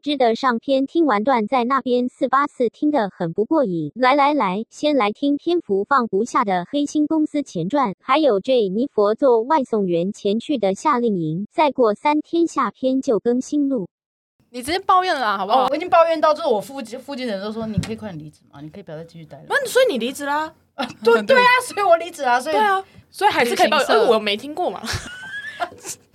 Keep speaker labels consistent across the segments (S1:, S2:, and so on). S1: 知的上篇听完段，在那边四八四听得很不过瘾。来来来，先来听篇幅放不下的《黑心公司前传》，还有这尼佛做外送员前去的夏令营。再过三天下篇就更新录。
S2: 你直接抱怨了啊好不
S3: 哦
S2: 好，
S3: 我？已经抱怨到，就是我附近附近的人都说，你可以快点离职嘛，你可以不要再继续待了。
S2: 那 你所以你离职啦？
S3: 对对啊，所以我离职啊，所以
S2: 对啊，所以还是可以抱怨。
S3: 旅行社
S4: 哦
S2: 呃我没听过嘛。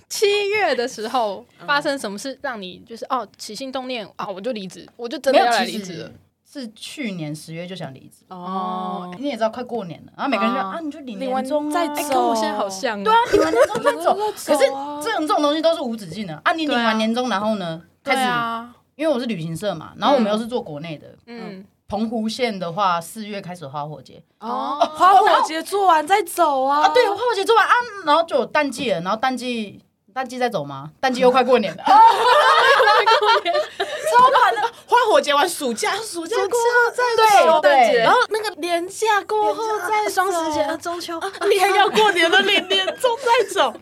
S2: 七月的时候发生什么事让你就是哦起心动念啊，我就离职，我就真
S3: 没
S2: 的
S3: 有
S2: 要来
S3: 其
S2: 离
S3: 实
S2: 职了。
S3: 是去年十月就想离职，
S2: 哦，
S3: 你也知道快过年了，然后每个人就
S2: 啊
S3: 啊，你就领
S4: 领完
S3: 年终啊
S4: 再
S2: 哎，
S4: 走
S2: 跟我现在好像对
S3: 啊， 领完年终再 走。可是
S4: 啊
S3: 这种这种东西都是无止境的啊！你领
S2: 对啊
S3: 完年终，然后呢，开
S2: 对
S3: 始，
S2: 啊，
S3: 因为我是旅行社嘛，然后我们又是做国内的，
S2: 嗯，
S3: 澎湖县的话，四月开始有花火节
S2: 哦，
S4: 花火节做完再走啊！
S3: 啊，对，花火节做完啊，然后就有淡季了，然后淡季淡季再走吗？淡季又快过年了，
S2: 哦
S3: 啊
S4: 花火节完暑假，暑假过后再
S3: 对
S4: 走，
S3: 对，
S4: 然后哦那个年假过后再走
S2: 双十节、啊中秋，
S4: 啊你还要过年了，年年终再 走，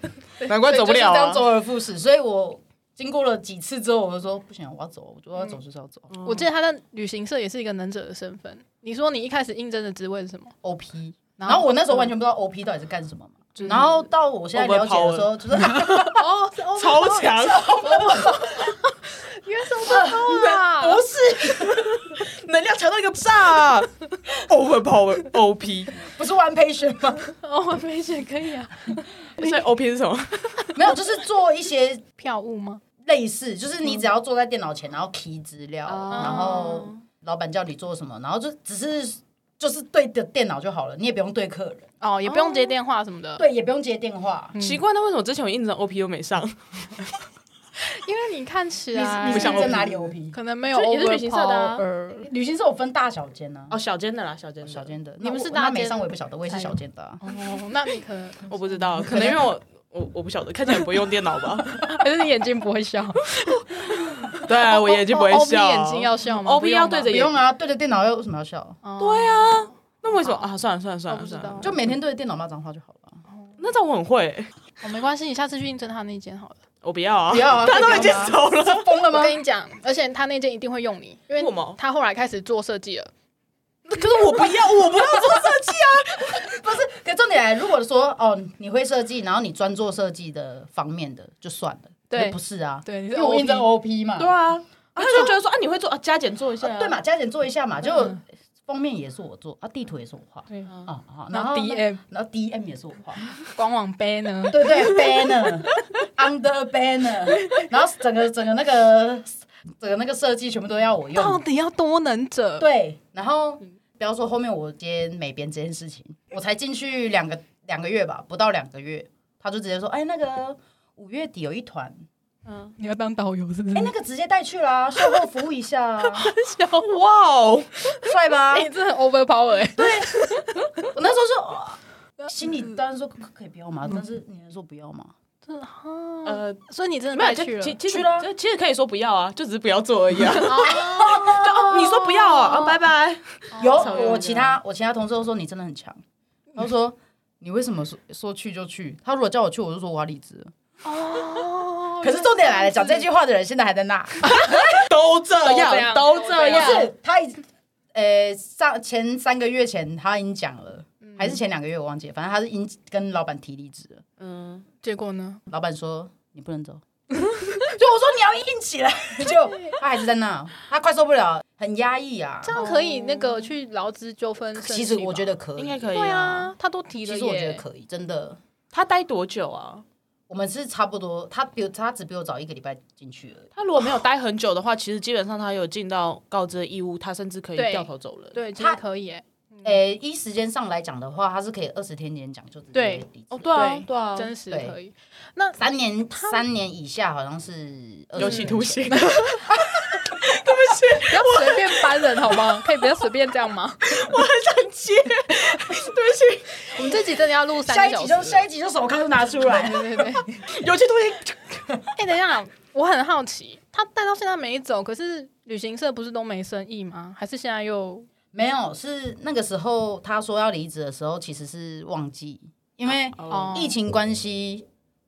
S4: 难怪走不
S3: 所以就是
S4: 了啊
S3: 这样周而复始，所以我经过了几次之后，我就说不行，我要走，我就要走就是要走。
S2: 嗯我记得他的旅行社也是一个能者的身份。你说你一开始应征的职位是什么？
S3: OP，然后我那时候完全不知道 OP 到底是干什么嘛。
S2: 是
S3: 然后到我现在了解的时候，就是
S2: 哦，
S4: 超强，
S2: 原手的啊，
S4: 不 是能量强到一个啊 炸，over power OP，
S3: 不是 one patient 吗？
S2: 哦，没选可以啊，
S4: 所以 OP 是什么？
S3: 没有，就是做一些
S2: 票务吗？
S3: 类似，就是你只要坐在电脑前，然后 key 资料，
S4: 哦
S3: 然后老板叫你做什么，然后就只是就是对着电脑就好了，你也不用对客人，
S2: 哦，也不用接电话什么的，
S3: 对，也不用接电话。
S4: 奇怪，那为什么之前我应征 OP 又没上？
S2: 因为你看起
S3: 你是
S2: 来
S3: 你
S4: 不
S3: 是
S4: 想
S3: 在
S4: OP
S3: 哪里 OP？
S2: 可能没有
S4: 就也是旅行社的啊
S2: overpower
S3: 旅行社有分大小间呢，啊
S4: 哦，小间的啦，小间的
S3: 小间的。
S2: 你们
S3: 那我
S2: 是大
S3: 那美
S2: 间
S3: 商我也不晓得，我也是小间的啊。
S2: 哦，那你可能
S4: 我不知 道，可能因为我我我不晓得，看起来不用电脑吧？
S2: 还是你眼睛不会笑，
S4: 对，啊哦我眼睛不会
S2: 哦 O P
S4: 笑，
S2: 眼睛要笑吗
S4: OP 要对着
S3: 不
S4: 眼
S3: 用啊，对哦着电脑又有什么要笑？
S2: 对啊，
S4: 那为什么啊？算了算了算
S2: 我
S4: 了
S2: 不知
S4: 算
S2: 道
S4: 了，
S3: 就每天对着电脑骂脏话就好了。
S4: 那这样我很会欸，
S2: 哦没关系，你下次去应征他那间好了。
S4: 我不要啊，
S3: 不要啊
S4: 他都已经走了，
S3: 疯了
S2: 我
S3: 吗？
S2: 跟你讲，而且他那间一定会用你，因为
S4: 为什么
S2: 他后来开始做设计了。
S4: 可是我不要，我不要做设计啊！
S3: 不是，可重点来，如果说哦，你会设计，然后你专做设计的方面的就算了，
S2: 对
S3: 可是不是啊，
S2: 对你
S3: 因
S2: 是
S3: 为我
S2: OP
S3: 印着 OP 嘛，
S4: 对啊，他就觉得说啊，你会做啊，加减做一下，
S3: 对？嘛，加减做一下嘛，就封面也是我做啊，地图也是我画
S2: 对，
S3: 啊，好
S2: 然后
S3: 后
S2: DM
S3: 然后 DM 也是我画，
S2: 官网 banner
S3: 对对，banner under banner，然后整个整个那个整个那个设计全部都要我
S2: 到
S3: 用，
S2: 底要多能者？
S3: 对，然后不要说后面我接美编这件事情，我才进去两个两个月吧，不到两个月，他就直接说，哎，那个五月底有一团。
S2: 你要当导游是不是
S3: 哎、？那个直接带去啦，售后服务一下啊，
S4: 哇哦，
S3: 帅吧？
S2: 哎，你真的很 overpower 哎。
S3: 我那时候说哦，心里当然说可可以不要
S2: 嗯
S3: 嘛，但是你能说不要吗？
S4: 呃，
S2: 所以你真的
S4: 没有，
S2: 带
S4: 就
S2: 去了
S4: 其其实
S3: 去了
S4: 就其实可以说不要啊，就只是不要做而已 啊。就哦你说不要啊，啊拜拜。
S3: 有
S4: 稍微有
S3: 我其他我其他同事都说你真的很强，他说你为什么说说去就去？他如果叫我去，我就说我要离职了。
S2: 哦
S3: 可是重点来了，讲这句话的人现在还在那，
S4: 都这
S2: 都这
S4: 样，
S2: 样
S4: 都这
S3: 不
S2: 对
S4: 样
S2: 啊。
S3: 是他已呃上前三个月前他已经讲了，还是前两个月我忘记了，反正他是已经跟老板提离职了，
S4: 嗯，
S2: 结果呢？
S3: 老板说你不能走。就我说你要硬起来，就他还是在那，他快受不了，很压抑啊。
S2: 这样可以那个去劳资纠纷申请
S3: 哦其实我
S2: 吧
S3: 觉得可以，
S4: 嗯应该可以。
S2: 对，啊，他都提了耶。
S3: 其实我觉得可以，真的。
S4: 他待多久啊？
S3: 我们是差不多，他比我他只比我早一个礼拜进去而已。
S4: 他如果没有待很久的话，其实基本上他有尽到告知的义务，他甚至可以
S2: 对
S4: 掉头走人。，
S2: 对，其实
S3: 他
S2: 可以耶。
S3: 诶、依时间上来讲的话，他是可以二十天前讲就直接
S2: 对
S3: 离职
S4: 哦，对啊
S2: 对，
S4: 对啊，
S2: 真实
S3: 对
S2: 可以。
S3: 三年三年以下好像是
S4: 有期 徒刑。
S2: 不要随便搬人好 吗？可以不要随便这样吗？
S4: 接，对不
S2: 我们这集真的要录
S3: 下
S2: 三
S3: 一
S2: 个小
S3: 集
S2: 时。
S3: 就下一集就手铐就拿出来。
S2: 对对对。
S4: 起，有期徒刑。
S2: 哎、等一下，我很好奇，他带到现在没走，可是旅行社不是都没生意吗？还是现在又
S3: 没有，是那个时候他说要离职的时候，其实是忘记，因为
S2: 哦
S3: 疫情关系，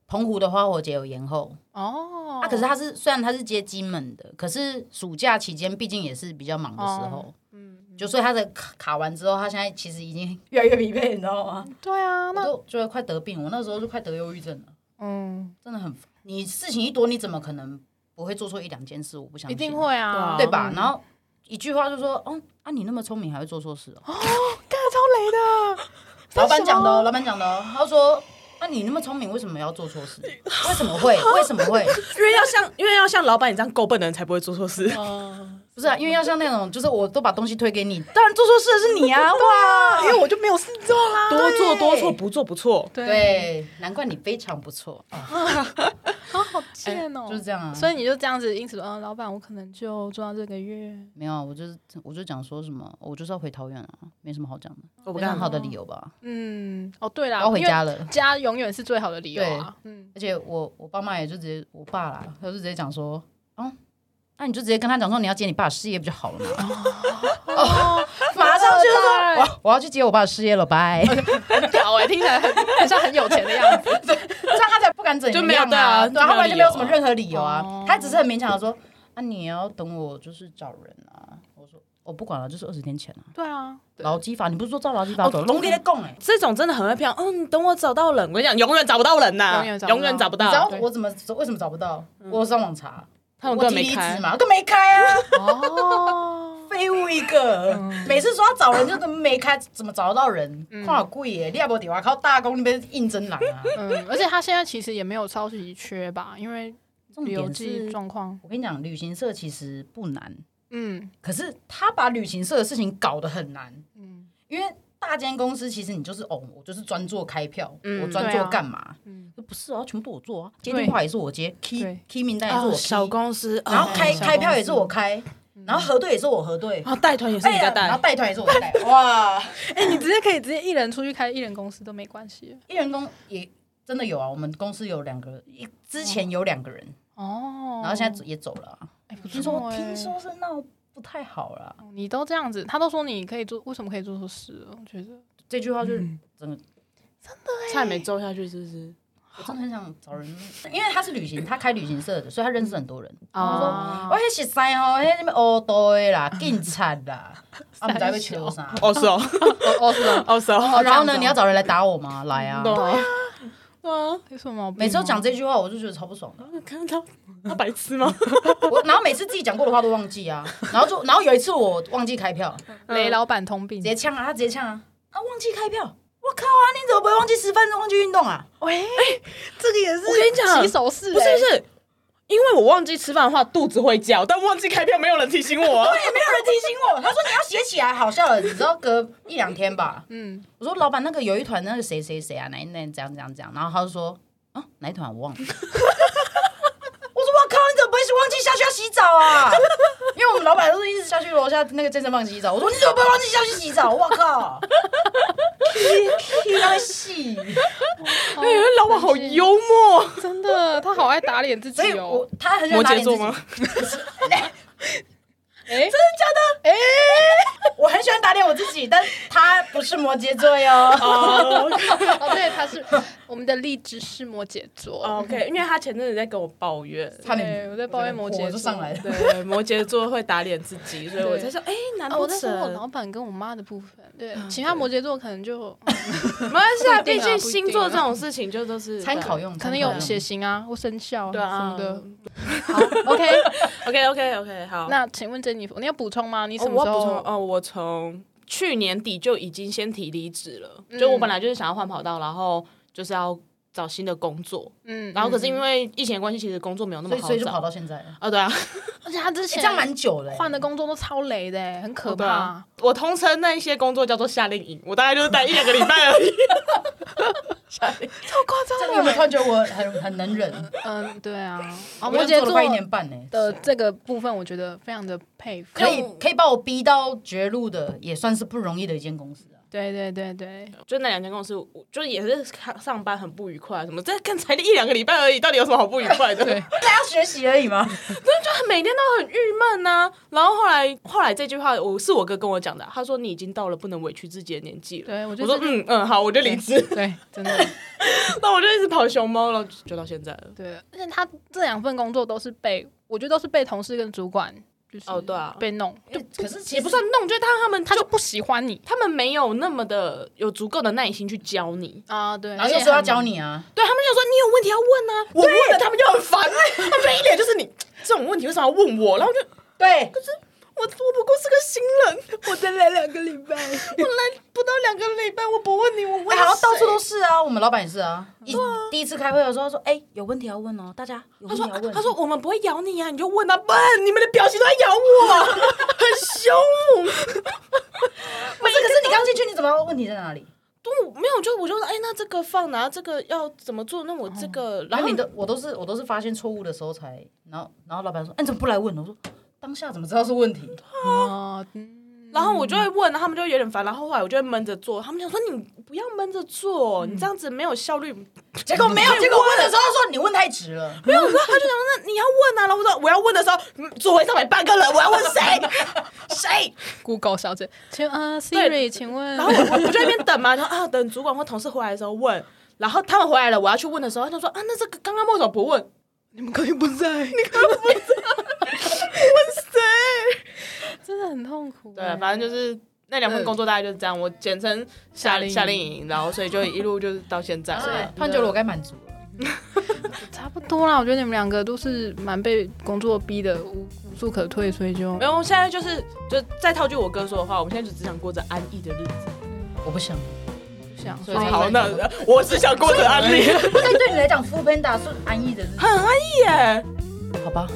S3: 澎湖的花火节有延后，
S2: 哦？
S3: 啊，可是他是虽然他是接金门的，可是暑假期间毕竟也是比较忙的时
S2: 哦
S3: 候，嗯，就所以他的卡卡完之后，他现在其实已经越来越疲惫，你知道吗？
S2: 对啊，那
S3: 就就快得病，我那时候就快得忧郁症了，
S2: 嗯，
S3: 真的很烦。你事情一多，你怎么可能不会做错一两件事？我不相
S2: 一
S3: 信，
S2: 定会啊，
S3: 对吧？然后一句话就说，哦啊，你那么聪明还会做错事 哦。
S2: 干超雷的，
S3: 老板讲的哦，老板讲的哦，他说。那、你那么聪明，为什么要做错 事？为什么会？为什么会？
S4: 因为要像，因为要像老板你这样够笨的人才不会做错事。
S3: 不是啊，因为要像那种，就是我都把东西推给你，当然做错事的是你 啊！哇，
S2: 因为我就没有事做啦。
S4: 多做多错，不做不错。
S3: 对，难怪你非常不错，
S2: 啊，好贱哦、
S3: 就是这样啊。
S2: 所以你就这样子，因此说，嗯，老板，我可能就做到这个月。
S3: 没有啊，我就是我就讲说什么，我就是要回桃园啊，没什么好讲的，
S4: 我不
S3: 非常
S4: 干
S3: 好的理由吧。
S2: 嗯，哦，对啦，
S3: 我要回家
S2: 了，
S3: 了，
S2: 家永远是最好的理由啊。嗯，
S3: 而且我我爸妈也就直接，我爸啦，他就直接讲说，哦，那你就直接跟他讲说你要接你爸的事业不就好了嘛？
S2: 哦，
S3: 马上就
S2: 说
S3: 我我要去接我爸的事业了，拜。
S2: 很屌哎、听起来很很像很有钱的样子。
S3: 这样他才不敢怎
S4: 就
S3: 样
S4: 没有对啊
S3: 对啊，他完全没
S4: 就没
S3: 有
S4: 有
S3: 什么任何理由啊，
S2: 哦
S3: 他只是很勉强的说啊，你也要等我就是找人啊。我说我不管了，就是二十天前啊，
S2: 对啊，
S3: 劳基法，你不是说照劳基法走，龙给他供哎。
S4: 这种真的很会骗。嗯，等我找到人，我跟你讲，永远找不到人呐，
S2: 永远找不到
S3: 你知道
S4: 找不到。
S2: 对
S3: 我怎么为什么找不到？我上网查，
S4: 啊他们
S3: 我
S4: 根
S3: 提
S4: 本
S3: 离
S4: 没开
S3: 职嘛，根本没开啊，
S2: 哦，
S3: 废物一个。每次说要找人就怎么没开，怎么找得到人？看好贵耶，你也无电话靠大公那边应征人啊。
S2: 嗯，而且他现在其实也没有超级缺吧，因为
S3: 重
S2: 旅游
S3: 点
S2: 季
S3: 是，
S2: 状况，
S3: 我跟你讲，旅行社其实不难，
S2: 嗯
S3: 可是他把旅行社的事情搞得很难，
S2: 嗯
S3: 因为大间公司其实你就是哦，我就是专做开票，
S4: 嗯
S3: 我专
S2: 对
S3: 做
S2: 啊
S3: 干嘛？
S2: 嗯，
S3: 不是啊，全部都我做啊，接
S2: 对
S3: 电话也是我接，key
S2: 对
S3: key 名单也是我
S4: 哦
S3: key，
S4: 小公司，
S3: 然后
S4: 哦
S3: 开
S2: 嗯小
S3: 开票
S2: 公
S3: 也是
S2: 司嗯
S3: 我开，然后核对也是我核对，
S4: 啊然后带团也是你
S3: 哎
S4: 在
S3: 呀然后
S4: 带，
S3: 带团也是我 带，哇，
S2: 哎、你直接可以直接一人出去开一人公司都没关系
S3: 一人工也真的有啊，我们公司有两个，一之前有两个人，
S2: 哦。
S3: 然后现在也走了啊，
S2: 哎、不
S3: 听说
S2: 错哎
S3: 听说是闹不太好啦，
S2: 哦你都这样子，他都说你可以做，为什么可以做错事了？我觉得
S3: 这句话
S2: 嗯
S3: 就是整个
S4: 菜没揍下去是不是？
S3: 我真的很想找人，因为他是旅行，他开旅行社的，所以他认识很多人。
S2: 啊
S3: 我迄是生吼，迄什么乌道的啦、警察啦，啊，毋知要求 啥。
S4: 哦是哦，
S2: 哦哦是的，
S4: 哦是哦，
S3: 哦，然后呢，你要找人来打我吗？来
S2: 嗯
S3: 啊！
S4: 啊，对啊，
S2: 有什么毛病吗？
S3: 每次都讲这句话，我就觉得超不爽的。
S4: 看到他白痴 吗？
S3: 我然后每次自己讲过的话都忘记啊，然后就然后有一次我忘记开票，直
S2: 雷老板通病，
S3: 接呛啊，他直接呛啊，啊忘记开票，我靠啊，你怎么不会忘记吃饭，忘记运动啊？
S2: 喂，
S4: 这个也是，我跟你讲，
S2: 起手式
S4: 不是
S2: 欸
S4: 不是，因为我忘记吃饭的话，肚子会叫，但忘记开票，没有人提醒 我啊。
S3: 也没有人提醒我，他说你要写起来，好笑了，你知道隔一两天吧？
S2: 嗯，
S3: 我说老板，那个有一团那个谁谁谁啊，哪一哪一怎样怎样怎样，然后他就说啊，哪一团我忘了。我 说我靠，你怎么不会是忘记下去要洗澡啊？ 因为我们老板都是一直下去楼下那个健身房洗澡。我说你怎么不会忘记下去洗澡？我靠，他会戏。
S2: 哎
S4: 哎呀，老板好幽，默，
S2: 真的，他好爱打脸自
S3: 所以
S2: 己
S3: 我
S2: 哦。
S3: 他很喜欢
S4: 摩
S3: 打
S4: 羯
S3: 脸自
S4: 座
S3: 己。
S4: 吗？
S2: 哎，
S3: 我很喜欢打脸我自己，但他不是摩羯座哟。
S4: 哦
S2: 哦，对，他是我们的荔枝是摩羯
S3: 哦
S2: 座，
S4: 哦，OK，因为他前阵子在跟我抱怨。
S3: 差
S2: 对
S3: 点，
S2: 我在抱怨摩羯座
S3: 我就上来了。
S4: 对，摩羯座会打脸自己，所以我在想，哎，难
S2: 哦，我
S4: 不
S2: 在
S4: 成
S2: 说我老板跟我妈的部分，对，
S3: 嗯
S2: 其他摩羯座可能就
S4: 没关系啊？
S2: 不一
S4: 毕
S2: 定啊
S4: 竟星座这种事情就都是
S3: 参考。用，
S2: 哎可能有血型啊或生肖啊嗯
S4: 对
S2: 什
S4: 啊
S2: 么的。
S4: 好
S2: OK，
S4: ，OK OK OK，好。
S2: 那请问珍妮弗，你要补充吗？你
S4: 哦
S2: 什么
S4: 我
S2: 时
S4: 要补充
S2: 候？
S4: 哦，我从去年底就已经先提离职了，
S2: 嗯
S4: 就我本来就是想要换跑道，然后就是要找新的工作，
S2: 嗯，
S4: 然后可是因为疫情的关系，其实工作没有那
S3: 所
S4: 么
S3: 以
S4: 好
S3: 所以就跑
S4: 找。
S3: 到现在了。
S4: 啊，对啊，
S2: 而且他之
S3: 欸这
S2: 前
S3: 样蛮哦久了欸，
S2: 换的工作都超雷的欸，很可
S4: 对
S2: 怕
S4: 啊。，我通称那一些工作叫做夏令营，我大概就是待一两个礼拜而已。
S2: 好夸张
S3: 真的有没有突然觉得我很很能忍？
S2: 嗯，对啊，啊，
S3: 我
S2: 摩
S3: 已
S2: 羯
S3: 经做
S2: 座
S3: 了快一年半呢、
S2: 的这个部分，我觉得非常的佩服。
S3: 可以可以把我逼到绝路的，也算是不容易的一间公司啊。
S2: 对对对对，
S4: 就那两间公司，我就也是上上班很不愉快，什么这干才一两个礼拜而已，到底有什么好不愉快 的？
S2: 对
S3: 大家学习而已嘛。
S4: 就啊每天都很郁闷呐、然后后来后来这句话我是我哥跟我讲的，啊他说你已经到了不能委屈自己的年纪了。
S2: 对我
S4: 我
S2: 觉得
S4: 说
S2: 这个
S4: 嗯嗯好，我就离职。
S2: 对，真的
S4: 那我就一直跑熊猫了，就到现在了。
S2: 对，而且他这两份工作都是被，我觉得都是被同事跟主管就是
S4: 哦对啊
S2: 被弄，
S3: 因为可是其
S4: 也
S3: 实
S4: 不算弄，就是他他们
S2: 他
S4: 就
S2: 就不喜欢你
S4: 他们没有那么的有足够的耐心去教你。
S2: 啊，对，
S3: 然后又说要教你啊，
S4: 对他们就说你有问题要问啊，我问了他们就很 烦，他们就一脸就是你这种问题为什么要问我？然后我就
S3: 对，
S4: 我我不过是个新人，我才来两个礼拜， 我来不到两个礼拜，我不问你，我问
S3: 哎，好像到处
S4: 谁
S3: 都是啊，我们老板也是啊。一第一次开会的时候他说，哎，有问题要问哦，大家有
S4: 他
S3: 问
S4: 说
S3: 题要：“问。
S4: 他说我们不会咬你呀、你就问他笨，你们的表情都在咬我， 很凶猛。
S3: 不是，可是你刚进去，你怎么知道问题在哪里？
S4: 都没有，就我就说，哎、那这个放哪？这个要怎么做？那我这个，
S3: 然
S4: 然
S3: 后
S4: 后
S3: 你都我都是我都是发现错误的时候才，然后然后老板说，哎，你怎么不来问？我说当下怎么知道是问题？
S2: 啊，嗯
S4: 然后我就会问，然后他们就会有点烦，然后后来我就会闷着做。他们想说你不要闷着做，你这样子没有效率。
S3: 结果没有，结果问的时候说你问太直了，
S4: 没有，然后他就想说那你要问啊，然后我说我要问的时候，嗯座位上面半个人，我要问谁？谁？
S2: Google 小姐， 请啊
S4: 对
S2: Siri，请问，
S4: 然后我我就在那边等嘛，然后啊等主管或同事回来的时候问，然后他们回来了，我要去问的时候，他就说啊那这个刚刚为什么不问？
S2: 你们可以不在，你可
S4: 谁？
S2: 真的很痛苦欸。
S4: 对，反正就是那两份工作大概就是这样，我简称夏
S2: 夏令营
S4: 夏令营，然后所以就一路就是到现在。
S3: 突然觉得我该满足了。
S2: 差不多啦，我觉得你们两个都是蛮被工作逼的，无无处可退，所以就
S4: 没有，现在就是就再套句我哥说的话，我们现在就只想过着安逸的日子。
S3: 我不想。
S2: 不想。
S3: 所以
S4: 好，
S3: 才
S4: 那我只想过着安逸，
S3: 所以对你来讲，Food Panda 是安逸的日子，
S4: 很安逸耶。
S3: 好吧？